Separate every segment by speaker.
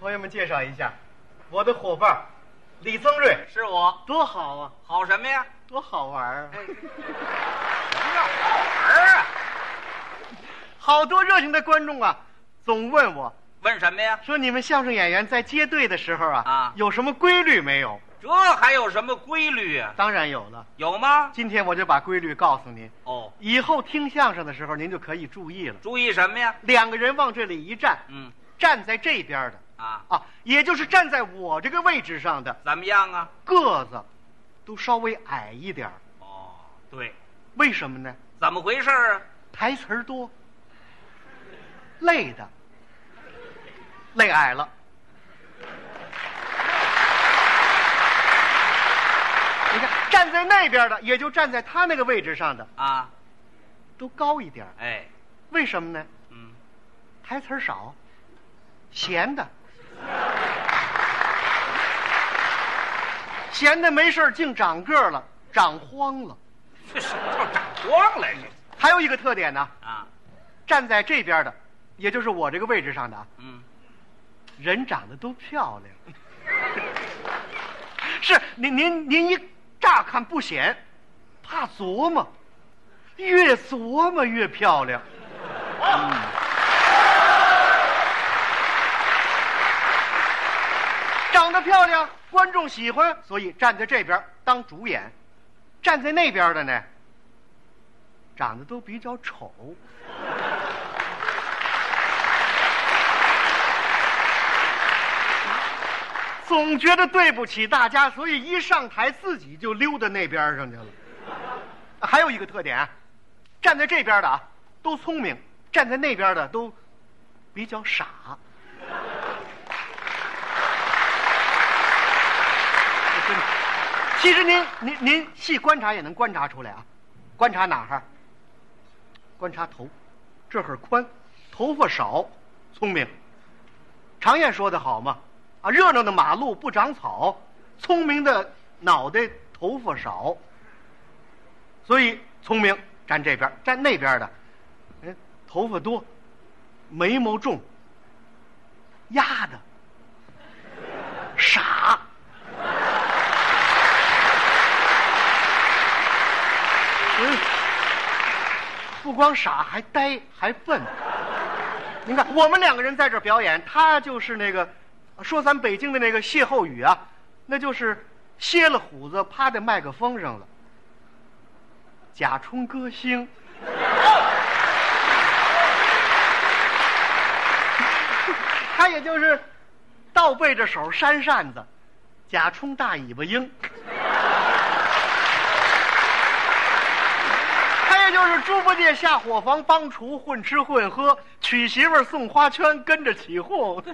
Speaker 1: 朋友们介绍一下，我的伙伴儿李增瑞，
Speaker 2: 是我，
Speaker 1: 多好啊，
Speaker 2: 好什么呀？
Speaker 1: 多好玩儿啊！
Speaker 2: 哎，什么叫好玩儿啊？
Speaker 1: 好多热情的观众啊，总问我
Speaker 2: 问什么呀？
Speaker 1: 说，你们相声演员在接队的时候啊，
Speaker 2: 啊
Speaker 1: 有什么规律没有？
Speaker 2: 这还有什么规律啊？
Speaker 1: 当然有了，
Speaker 2: 有吗？
Speaker 1: 今天我就把规律告诉您，
Speaker 2: 哦，
Speaker 1: 以后听相声的时候您就可以注意了。
Speaker 2: 注意什么呀？
Speaker 1: 两个人往这里一站，
Speaker 2: 嗯，
Speaker 1: 站在这边的
Speaker 2: 啊，
Speaker 1: 啊，也就是站在我这个位置上的
Speaker 2: 怎么样啊？
Speaker 1: 个子，都稍微矮一点儿
Speaker 2: 哦，对，
Speaker 1: 为什么呢？
Speaker 2: 怎么回事儿啊？
Speaker 1: 台词儿多，累的，累矮了。你看，站在那边的，也就站在他那个位置上的，
Speaker 2: 啊，
Speaker 1: 都高一点儿。
Speaker 2: 哎，
Speaker 1: 为什么呢？
Speaker 2: 嗯，
Speaker 1: 台词儿少，闲的，闲的没事儿净长个儿了，长慌了。
Speaker 2: 这什么叫长光了？这
Speaker 1: 还有一个特点呢，
Speaker 2: 啊，
Speaker 1: 站在这边的，也就是我这个位置上的啊，
Speaker 2: 嗯，
Speaker 1: 人长得都漂亮。 是您您您一乍看不显，怕琢磨，越琢磨越漂亮。嗯长得漂亮，观众喜欢，所以站在这边当主演；站在那边的呢，长得都比较丑。总觉得对不起大家，所以一上台自己就溜到那边上去了。还有一个特点啊，站在这边的啊都聪明，站在那边的都比较傻。真的其实您您您细观察也能观察出来啊，观察哪儿？啊观察头，这会儿宽，头发少，聪明。常言说得好嘛，啊，热闹的马路不长草，聪明的脑袋头发少。所以聪明站这边，站那边的，哎，头发多，眉毛重，压的，傻。嗯，不光傻，还呆，还笨。您看，我们两个人在这儿表演，他就是那个说咱北京的那个歇后语啊，那就是歇了虎子趴在麦克风上了，假充歌星。 他也就是倒背着手扇扇子，假充大尾巴鹰。他也就是猪八戒下火房帮厨，混吃混喝，娶媳妇儿送花圈，跟着起哄。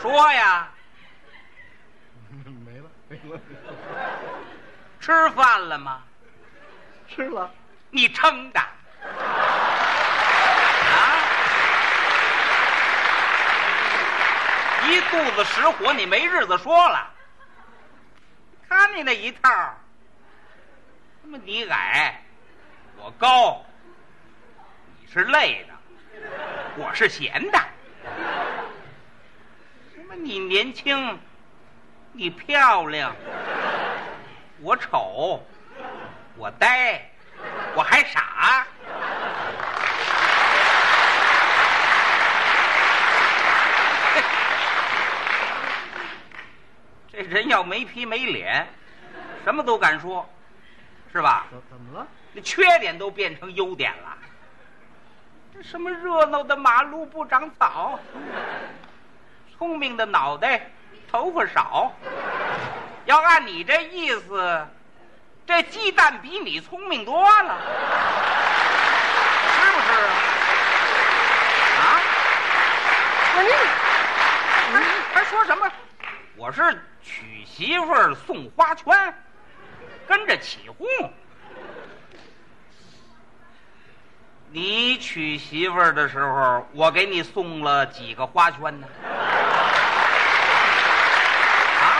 Speaker 2: 说呀，
Speaker 1: 没了，没了，
Speaker 2: 吃饭了吗？
Speaker 1: 吃了。
Speaker 2: 你撑的。啊！一肚子实火，你没日子说了。看你那一套，他妈你矮，我高，你是累的，我是闲的。什么你年轻，你漂亮，我丑，我呆，我还傻。这人要没皮没脸，什么都敢说，是吧？
Speaker 1: 怎怎么了？
Speaker 2: 这缺点都变成优点了。这什么热闹的马路不长草，聪明的脑袋头发少。要按你这意思，这鸡蛋比你聪明多了，是不是啊？啊？不是你还还说什么？我是娶媳妇儿送花圈，跟着起哄。你娶媳妇儿的时候，我给你送了几个花圈呢？ 啊，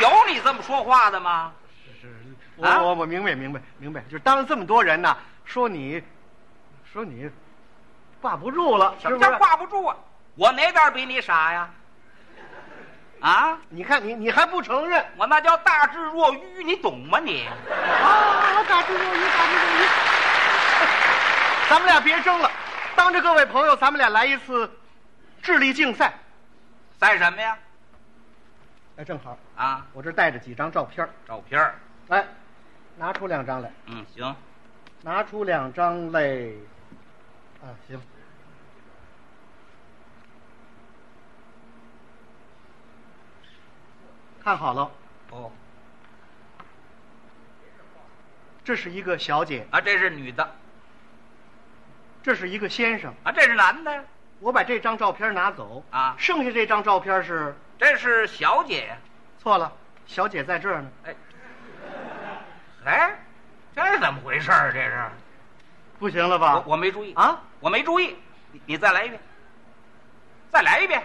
Speaker 2: 有你这么说话的吗？
Speaker 1: 是是，我
Speaker 2: 啊
Speaker 1: 我我明白明白明白，就是当着这么多人呢，说你，说你挂不住了，
Speaker 2: 什
Speaker 1: 是
Speaker 2: 么
Speaker 1: 不是
Speaker 2: 叫？挂不住啊？我哪点儿比你傻呀？啊，
Speaker 1: 你看你你还不承认
Speaker 2: 我那叫大智若愚，你懂吗你？
Speaker 1: 啊！大智若愚，大智若愚。 咱们俩别争了，当着各位朋友，咱们俩来一次智力竞赛。
Speaker 2: 赛什么呀？
Speaker 1: 哎，正好
Speaker 2: 啊，
Speaker 1: 我这带着几张照片儿
Speaker 2: 照片儿
Speaker 1: 来，拿出两张来，
Speaker 2: 嗯，行，
Speaker 1: 拿出两张来。啊，行。看好了，
Speaker 2: 哦，
Speaker 1: 这是一个小姐，
Speaker 2: 啊，这是女的，
Speaker 1: 这是一个先生。
Speaker 2: 啊，这是男的，
Speaker 1: 我把这张照片拿走
Speaker 2: 啊
Speaker 1: 剩下这张照片是
Speaker 2: 这是小姐呀。
Speaker 1: 错了，小姐在这儿呢。
Speaker 2: 哎，哎，这是怎么回事儿？这
Speaker 1: 啊
Speaker 2: 是
Speaker 1: 不行了
Speaker 2: 我
Speaker 1: 吧？
Speaker 2: 我没注意，
Speaker 1: 啊，
Speaker 2: 我没注意，你你再来一遍，再来一遍，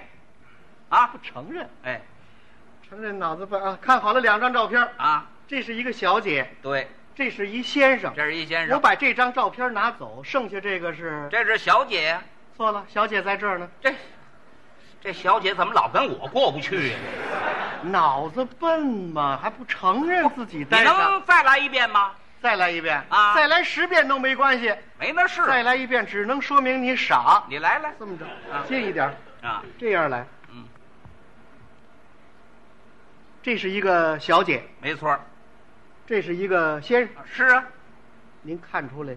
Speaker 2: 啊
Speaker 1: 不，承认，
Speaker 2: 哎，
Speaker 1: 承认脑子笨啊！看好了，两张照片，
Speaker 2: 啊，
Speaker 1: 这是一个小姐，
Speaker 2: 对，
Speaker 1: 这是一先生。
Speaker 2: 这是一先
Speaker 1: 我
Speaker 2: 生，
Speaker 1: 把这张照片拿走，剩下这个是
Speaker 2: 这是小姐呀。
Speaker 1: 错了，小姐在这儿呢。
Speaker 2: 这这小姐怎么老跟我过不去呀？
Speaker 1: 脑子笨嘛，还不承认自己
Speaker 2: 你
Speaker 1: 呆着。
Speaker 2: 能再来一遍吗？
Speaker 1: 再来一遍
Speaker 2: 啊
Speaker 1: 再来十遍都没关系，
Speaker 2: 没那事，
Speaker 1: 再来一遍只能说明你傻。
Speaker 2: 你来来
Speaker 1: 这么着
Speaker 2: 啊，
Speaker 1: 近一点，
Speaker 2: 啊，
Speaker 1: 这样来。
Speaker 2: 嗯，
Speaker 1: 这是一个小姐，
Speaker 2: 没错儿，
Speaker 1: 这是一个先生，
Speaker 2: 是啊，
Speaker 1: 您看出来，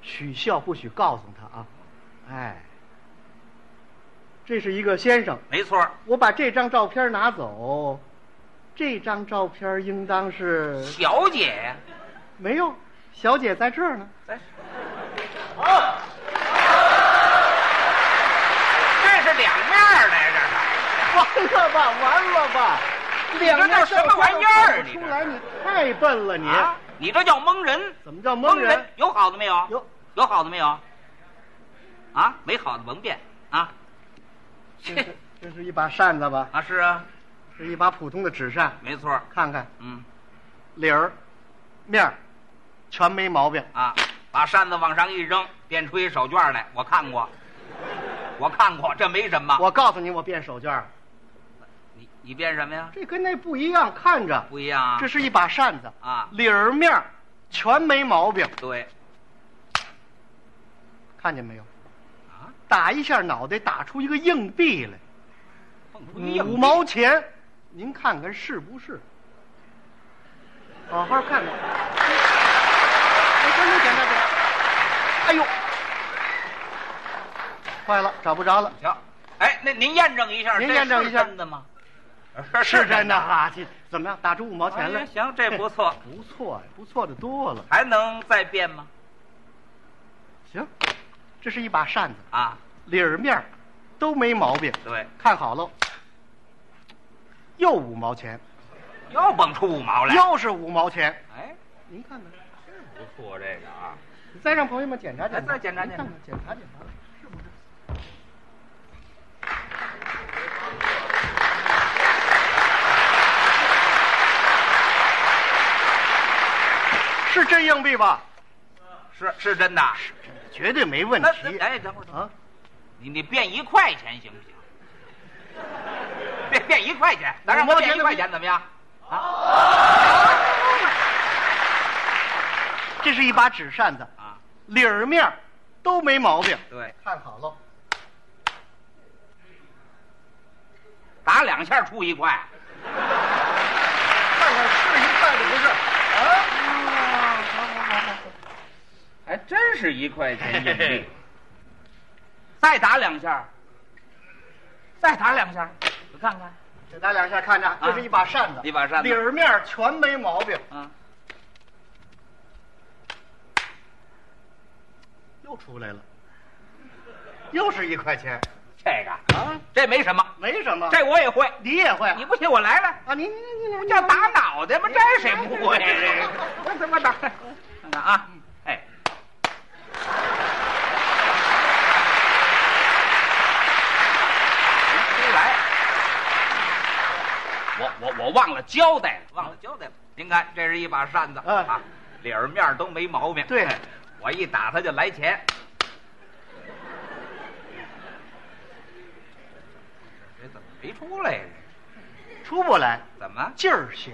Speaker 1: 许笑不许告诉他啊。哎，这是一个先生，
Speaker 2: 没错儿，
Speaker 1: 我把这张照片拿走，这张照片应当是
Speaker 2: 小姐呀。
Speaker 1: 没有，小姐在这儿呢。
Speaker 2: 来，
Speaker 1: 哦
Speaker 2: 这是两面儿的呀，
Speaker 1: 完了吧，完了吧！两
Speaker 2: 这叫什么玩意儿
Speaker 1: 张照片都看不出来，你太笨了
Speaker 2: 这
Speaker 1: 你！
Speaker 2: 是啊，你这叫蒙人，
Speaker 1: 怎么叫蒙人？
Speaker 2: 有好的没有？
Speaker 1: 哟，
Speaker 2: 有好的没有？啊，没好的甭变啊。
Speaker 1: 这是 这是一把扇子吧？
Speaker 2: 啊，是啊，
Speaker 1: 是一把普通的纸扇，
Speaker 2: 没错儿，
Speaker 1: 看看
Speaker 2: 嗯
Speaker 1: 理儿、面儿，全没毛病。
Speaker 2: 啊，把扇子往上一扔，变出一手绢来，我看过，我看过，这没什么。
Speaker 1: 我告诉你，我变手绢儿，
Speaker 2: 你你变什么呀？
Speaker 1: 这跟那不一样，看着
Speaker 2: 不一样啊
Speaker 1: 这。是一把扇子
Speaker 2: 啊
Speaker 1: 理儿面儿全没毛病，
Speaker 2: 对
Speaker 1: 看见没有？
Speaker 2: 啊，
Speaker 1: 打一下脑袋，打出一个硬币来，
Speaker 2: 蹦出一硬
Speaker 1: 五
Speaker 2: 币
Speaker 1: 毛钱，您看看是不是？好好看看，哎，真的捡到这，哎呦，坏了，找不着了，
Speaker 2: 行，哎，那您验证一下，
Speaker 1: 您
Speaker 2: 这
Speaker 1: 验证
Speaker 2: 是
Speaker 1: 一下
Speaker 2: 真的吗？
Speaker 1: 是真的哈、这怎么样？打出五毛钱来，
Speaker 2: 哎行这不错
Speaker 1: 不错呀，不错的多了。
Speaker 2: 还能再变吗？
Speaker 1: 行，这是一把扇子，
Speaker 2: 啊，
Speaker 1: 里儿面儿都没毛病。
Speaker 2: 对，
Speaker 1: 看好喽，又五毛钱，
Speaker 2: 又蹦出五毛来。
Speaker 1: 又是五毛钱。
Speaker 2: 哎，
Speaker 1: 您看看，
Speaker 2: 不错这个啊，
Speaker 1: 你再让朋友们检查检查，
Speaker 2: 来再检查
Speaker 1: 您看看，检查检查，是不是？是真硬币吧？
Speaker 2: 是是真的。
Speaker 1: 绝对没问
Speaker 2: 那
Speaker 1: 题
Speaker 2: 那哎，等会儿，等会儿
Speaker 1: 啊！
Speaker 2: 你你变一块钱行不行？变变一块钱，咱让
Speaker 1: 五毛
Speaker 2: 他
Speaker 1: 钱
Speaker 2: 变一块
Speaker 1: 的
Speaker 2: 钱怎么样？
Speaker 1: 这是一把纸扇子，
Speaker 2: 啊，
Speaker 1: 里儿面儿都没毛病。
Speaker 2: 对，
Speaker 1: 看好喽，
Speaker 2: 打两下出一块，
Speaker 1: 看看是一块的不是？啊
Speaker 2: 还哎真是一块钱硬币。再打两下，再打两下，我看看。
Speaker 1: 给咱两下看着，这是一把扇子，
Speaker 2: 啊一把扇子
Speaker 1: 里儿面儿全没毛病，
Speaker 2: 啊，
Speaker 1: 又出来了，又是一块钱
Speaker 2: 这个
Speaker 1: 啊，
Speaker 2: 这没什么，
Speaker 1: 没什么，
Speaker 2: 这我也会。
Speaker 1: 你也会
Speaker 2: 你不信我来来，
Speaker 1: 啊？你你你你
Speaker 2: 这叫打脑袋吗？这谁不会？ 这个，我 怎么打？看看啊，哎，没来，我我我忘了交代了，忘了交代了。您看，这是一把扇子
Speaker 1: 嗯
Speaker 2: 啊，里儿面儿都没毛病。
Speaker 1: 对
Speaker 2: 哎，我一打他就来钱。这怎么没出来呀？
Speaker 1: 出不来，
Speaker 2: 怎么？
Speaker 1: 劲儿小。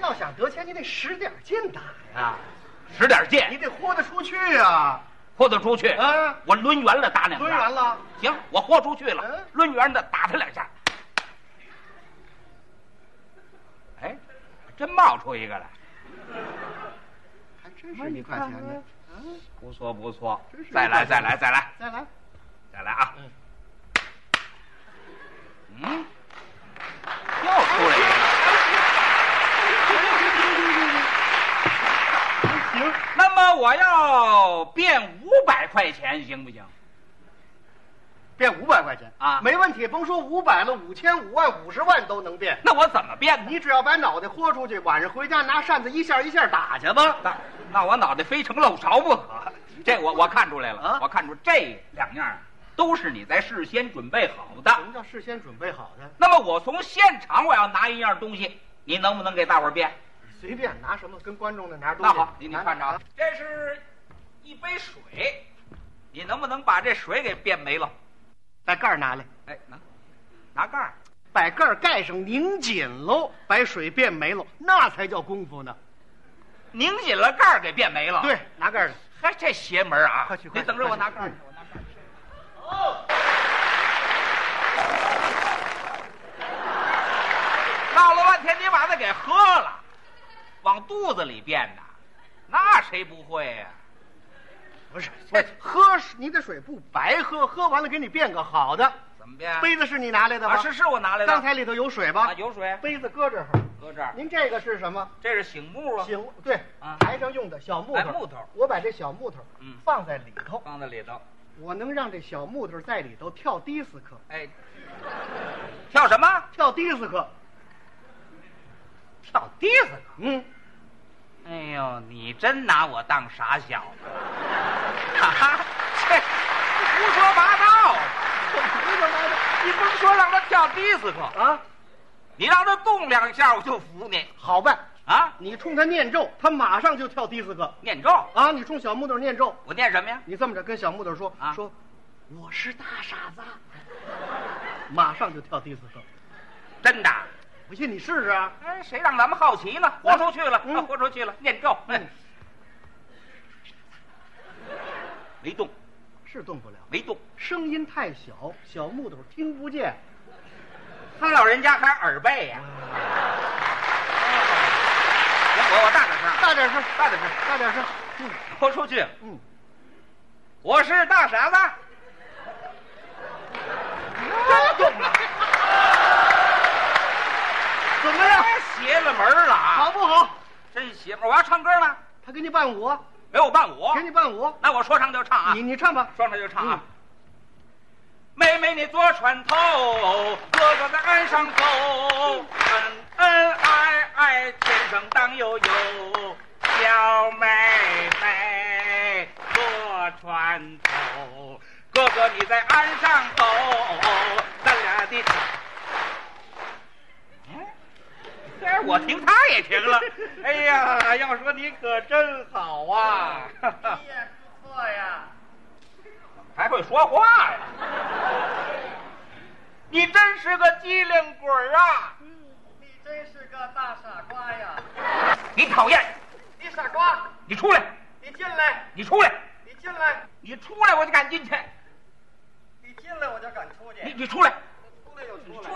Speaker 1: 要想得钱，你得使点劲打呀，
Speaker 2: 使点
Speaker 1: 啊你
Speaker 2: 劲，
Speaker 1: 得豁得出去呀。
Speaker 2: 豁得出去。
Speaker 1: 啊
Speaker 2: 我抡圆了打两下。
Speaker 1: 抡圆了，
Speaker 2: 行，我豁出去了
Speaker 1: 嗯，
Speaker 2: 抡圆的打他两下。哎，真冒出一个来，
Speaker 1: 还真是一块钱呢。嗯，
Speaker 2: 不错不错
Speaker 1: 真是，
Speaker 2: 再来
Speaker 1: 一块钱
Speaker 2: 再来再来
Speaker 1: 再来，
Speaker 2: 再来啊
Speaker 1: 嗯！
Speaker 2: 嗯，又出来一个。
Speaker 1: 行，
Speaker 2: 那么我要变五百块钱，行不行？
Speaker 1: 变五百块钱
Speaker 2: 啊
Speaker 1: 没问题，甭说五百了，五千、五万、五十万都能变。
Speaker 2: 那我怎么变呢？
Speaker 1: 你只要把脑袋豁出去，晚上回家拿扇子一下一下打去吧。
Speaker 2: 那那我脑袋非成漏勺不可。这我我看出来了，
Speaker 1: 啊
Speaker 2: 我看出这两样都是你在事先准备好的。
Speaker 1: 什么叫事先准备好的？
Speaker 2: 那么我从现场我要拿一样东西，你能不能给大伙儿变？
Speaker 1: 随便拿什么跟观众那拿东
Speaker 2: 那
Speaker 1: 西。
Speaker 2: 好，您您看着啊，这是一杯水，你能不能把这水给变没了？
Speaker 1: 把盖儿拿来，
Speaker 2: 哎，拿拿盖儿，
Speaker 1: 把盖儿盖上，拧紧喽，把水变没了，那才叫功夫呢。
Speaker 2: 拧紧了盖儿给变没了。
Speaker 1: 对，，拿盖儿来。
Speaker 2: 嗨，这邪门儿啊！
Speaker 1: 快去快
Speaker 2: 您
Speaker 1: 去
Speaker 2: 等着我
Speaker 1: 快去
Speaker 2: 拿盖儿
Speaker 1: 嗯，
Speaker 2: 我拿盖儿。哦，闹了半天你把它给喝了，往肚子里变呐，那谁不会呀、
Speaker 1: 不是，不是哎喝水你的水不白喝，喝完了给你变个好的。
Speaker 2: 怎么变？
Speaker 1: 杯子是你拿来的
Speaker 2: 啊，
Speaker 1: 吧？
Speaker 2: 是是我拿来的。
Speaker 1: 刚才里头有水吧
Speaker 2: 啊，？有水，
Speaker 1: 杯子搁这儿。
Speaker 2: 搁这儿。
Speaker 1: 您这个是什么？
Speaker 2: 这是醒木啊，
Speaker 1: 醒对
Speaker 2: 啊，
Speaker 1: 台上用的小木
Speaker 2: 哎
Speaker 1: 头。
Speaker 2: 木头
Speaker 1: 我把这小木头
Speaker 2: 嗯
Speaker 1: 放在里头，
Speaker 2: 放在里头。
Speaker 1: 我能让这小木头在里头跳迪斯科，
Speaker 2: 哎，跳什么？
Speaker 1: 跳迪斯科。
Speaker 2: 跳迪斯科。
Speaker 1: 嗯，
Speaker 2: 哎呦，你真拿我当傻小子！啊，这胡说八道！
Speaker 1: 胡说八道
Speaker 2: 你甭说让他跳迪斯科，
Speaker 1: 啊！
Speaker 2: 你让他动两下我就服你
Speaker 1: 好办，
Speaker 2: 啊！
Speaker 1: 你冲他念咒，他马上就跳迪斯科
Speaker 2: 念咒，
Speaker 1: 啊！你冲小木头念咒，
Speaker 2: 我念什么呀？
Speaker 1: 你这么着跟小木头说
Speaker 2: 啊
Speaker 1: 说，我是大傻子，啊马上就跳迪斯科。
Speaker 2: 真的？
Speaker 1: 不信你试试啊！
Speaker 2: 哎，谁让咱们好奇呢？豁出去了，啊
Speaker 1: 嗯
Speaker 2: 豁出去了，念咒，嗯，
Speaker 1: 哎
Speaker 2: 没动，
Speaker 1: 是动不了，
Speaker 2: 没动。
Speaker 1: 声音太小，小木头听不见。嗯
Speaker 2: 他老人家还耳背呀、行我我大点声，
Speaker 1: 大点声，
Speaker 2: 大点声，
Speaker 1: 大点声。嗯
Speaker 2: 豁出去！
Speaker 1: 嗯，
Speaker 2: 我是大傻子，真动了，
Speaker 1: 怎么样？
Speaker 2: 太邪了门了
Speaker 1: 好
Speaker 2: 啊！
Speaker 1: 不好？
Speaker 2: 真邪门！我要唱歌了，
Speaker 1: 他给你伴舞，
Speaker 2: 没有伴舞
Speaker 1: 给，你伴舞，
Speaker 2: 那我说唱就唱啊
Speaker 1: 你，你唱吧。
Speaker 2: 说唱就唱啊。妹妹你坐船头，哥哥在岸上走，恩恩爱爱，天上荡悠悠。小妹妹坐船头，哥哥你在岸上走，咱俩的。嗯，哎，我停，他也停了。哎呀，要说你可真好啊！
Speaker 3: 也不哎错呀，
Speaker 2: 还会说话呀！你真是个机灵鬼儿啊！
Speaker 3: 你真是个大傻瓜呀！
Speaker 2: 你讨厌！
Speaker 3: 你傻瓜，
Speaker 2: 你出来！
Speaker 3: 你进来，
Speaker 2: 你出来！
Speaker 3: 你进来，
Speaker 2: 你出来我就敢进去！
Speaker 3: 你进来我就敢出去，
Speaker 2: 你你出来！
Speaker 3: 出来就出来。